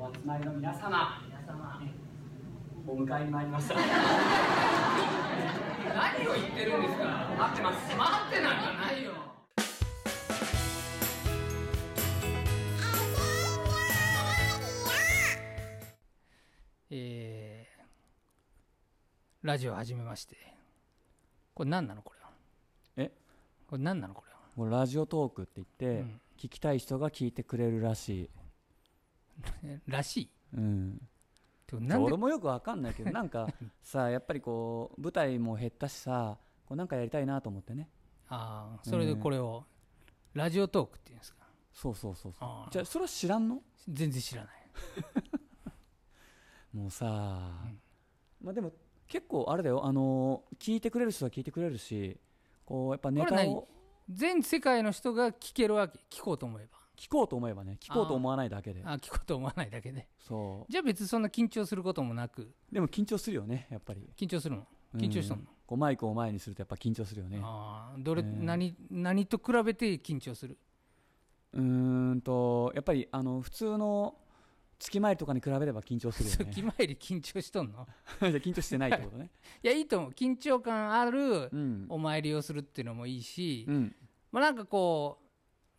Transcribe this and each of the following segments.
お住まいの皆様皆様お迎えに参りま した何を言ってるんですか待ってます待ってなんかないよえーラジオ始めましてこれ何なのこれはえこれ何なのこれはもうラジオトークって言って、うん聞きたい人が聞いてくれるらしい、えらしいうん、てかなんで俺もよくわかんないけどなん かさやっぱりこう舞台も減ったしさこうなんかやりたいなと思ってねあーそれでこれをラジオトークっていうんですかそうそうそうそうあーじゃあそれは知らんの全然知らないもうさ、まあでも結構あれだよあのー聞いてくれる人は聞いてくれるしこうやっぱネこれタ何を全世界の人が聞けるわけ聞こうと思え聞こうと思えばね聞こうと思わないだけでばあ聞こうと思わないだけでそじゃあ別にそんな緊張することもなくうでも緊張するよねやっぱり緊張するの緊張したのうん、こうマイクを前にするとやっぱ緊張するよねああどれ、ね何何と比べて緊張するうーんとやっぱりあの普通の月参りとかに比べれば緊張するよね気前り緊張しとんのじゃあ 緊張してないってことね、いやいいと思う緊張感あるうんお参りをするっていうのもいいし、うん、まあなんかこ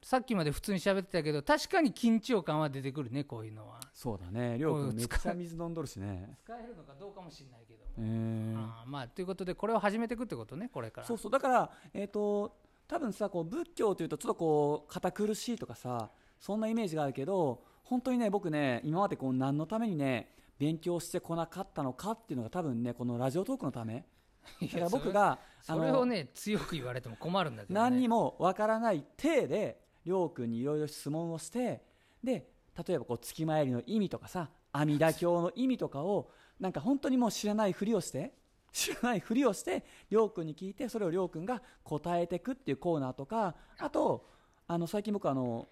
うさっきまで普通に喋ってたけど確かに緊張感は出てくるねこういうのはそうだねりょうこうくんめっち使ゃう水飲んどるしね使えるのかどうかもしれないけど、えーああまあということでこれを始めていくってことねこれからそうそうだからえっ、と多分さこう仏教というとちょっとこう堅苦しいとかさそんなイメージがあるけど本当にね僕ね今までこう何のためにね勉強してこなかったのかっていうのが多分ねこのラジオトークのた めだから僕がそれをね強く言われても困るんだけど、ね、何にもわからない体でりょうくんにいろいろ質問をしてで例えばこう月参りの意味とかさ阿弥陀経の意味とかをなんか本当にもう知らないふりをして知らないふりをしてりょうくんに聞いてそれをりょうくんが答えてくっていうコーナーとかあとあの最近僕あの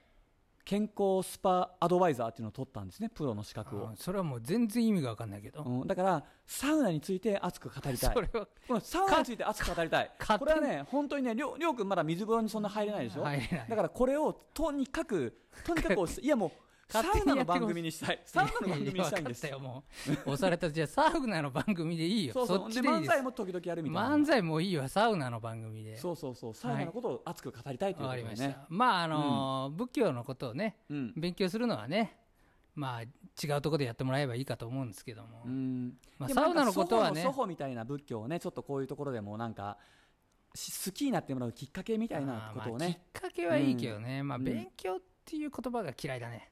健康スパアドバイザーっていうのを取ったんですねプロの資格をああ、それはもう全然意味が分かんないけど、うん、だからサウナについて熱く語りた いそれはこのサウナについて熱く語りたいかこれはね本当にねりょうりょうくんまだ水風呂にそんな入れないでしょ入れないだからこれをとにかく とにかくおいやもうサ勝手ウにやナってほしいの番組にしたいサウナの番組にしたいんですいやいや分かったよもう押されたじゃあサウナの番組でいいよそうそそうっでちでいい漫で才すも時々やるみたいな漫才もいいわサウナの番組でそうそうそうサウナのことを熱く語りたいというわかことでりました、ねまああのー仏教のことをねうん勉強するのはねまあ違うところでやってもらえばいいかと思うんですけども、うんまあ、でもサなんウかナのことは祖ね父の祖父みたいな仏教をねちょっとこういうところでもなんかし好きになってもらうきっかけみたいなあーことをまあきっねかけはいいけどね、まあうん勉強っていう言葉が嫌いだね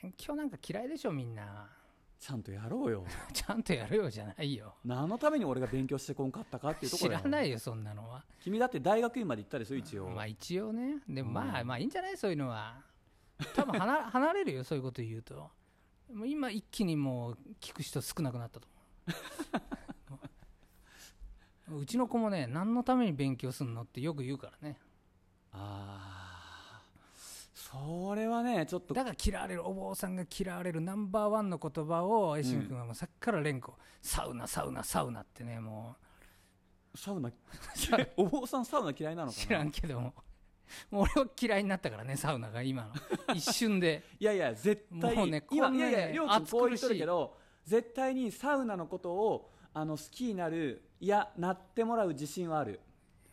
勉強なんか嫌いでしょみんな ちゃんとやろうよちゃんとやるよじゃないよ何のために俺が勉強してこんかったかっていうとこ知ろだらよないよそんなのは君だって大学院まで行ったでしょ一応、まあ一応ねでもまあうんまあいいんじゃないそういうのは多分離 離れるよそういうこと言うともう今一気にもう聞く人少なくなったと 思ううちの子もね何のために勉強すんのってよく言うからねあーそれはねちょっとだから嫌われるお坊さんが嫌われるナンバーワンの言葉を江島君はもうさっきから連呼、サウナサウナサウナってねもサウナう知らん お坊さんサウナ嫌いなのかな知らんけどももう俺は嫌いになったからねサウナが今の一瞬でいやいや絶対もうね今こんなねいやいやりょうくん暑苦しいこう言ってるけど絶対にサウナのことをあの好きになるいやなってもらう自信はある、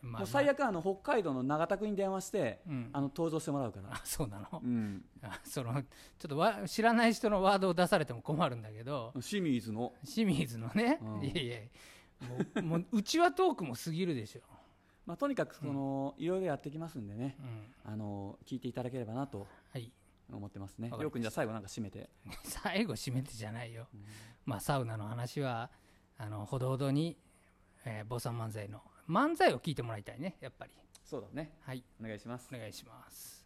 ま もう最悪あの北海道の長田君に電話して、うんあの登場してもらうから、あそうなのうん、あそのちょっとわ知らない人のワードを出されても困るんだけど清水の清水のね、うんいやいやもうもううちわトークも過ぎるでしょ、まあ、とにかくその、いろいろやってきますんでねうんあの聞いていただければなとはい、思ってますねわかりましたりょうくんじゃあ最後なんか締めて最後締めてじゃないよ、まあ、サウナの話はあのほどほどに、えー坊さん漫才の漫才を聞いてもらいたいねやっぱりそうだねはいお願いしますお願いします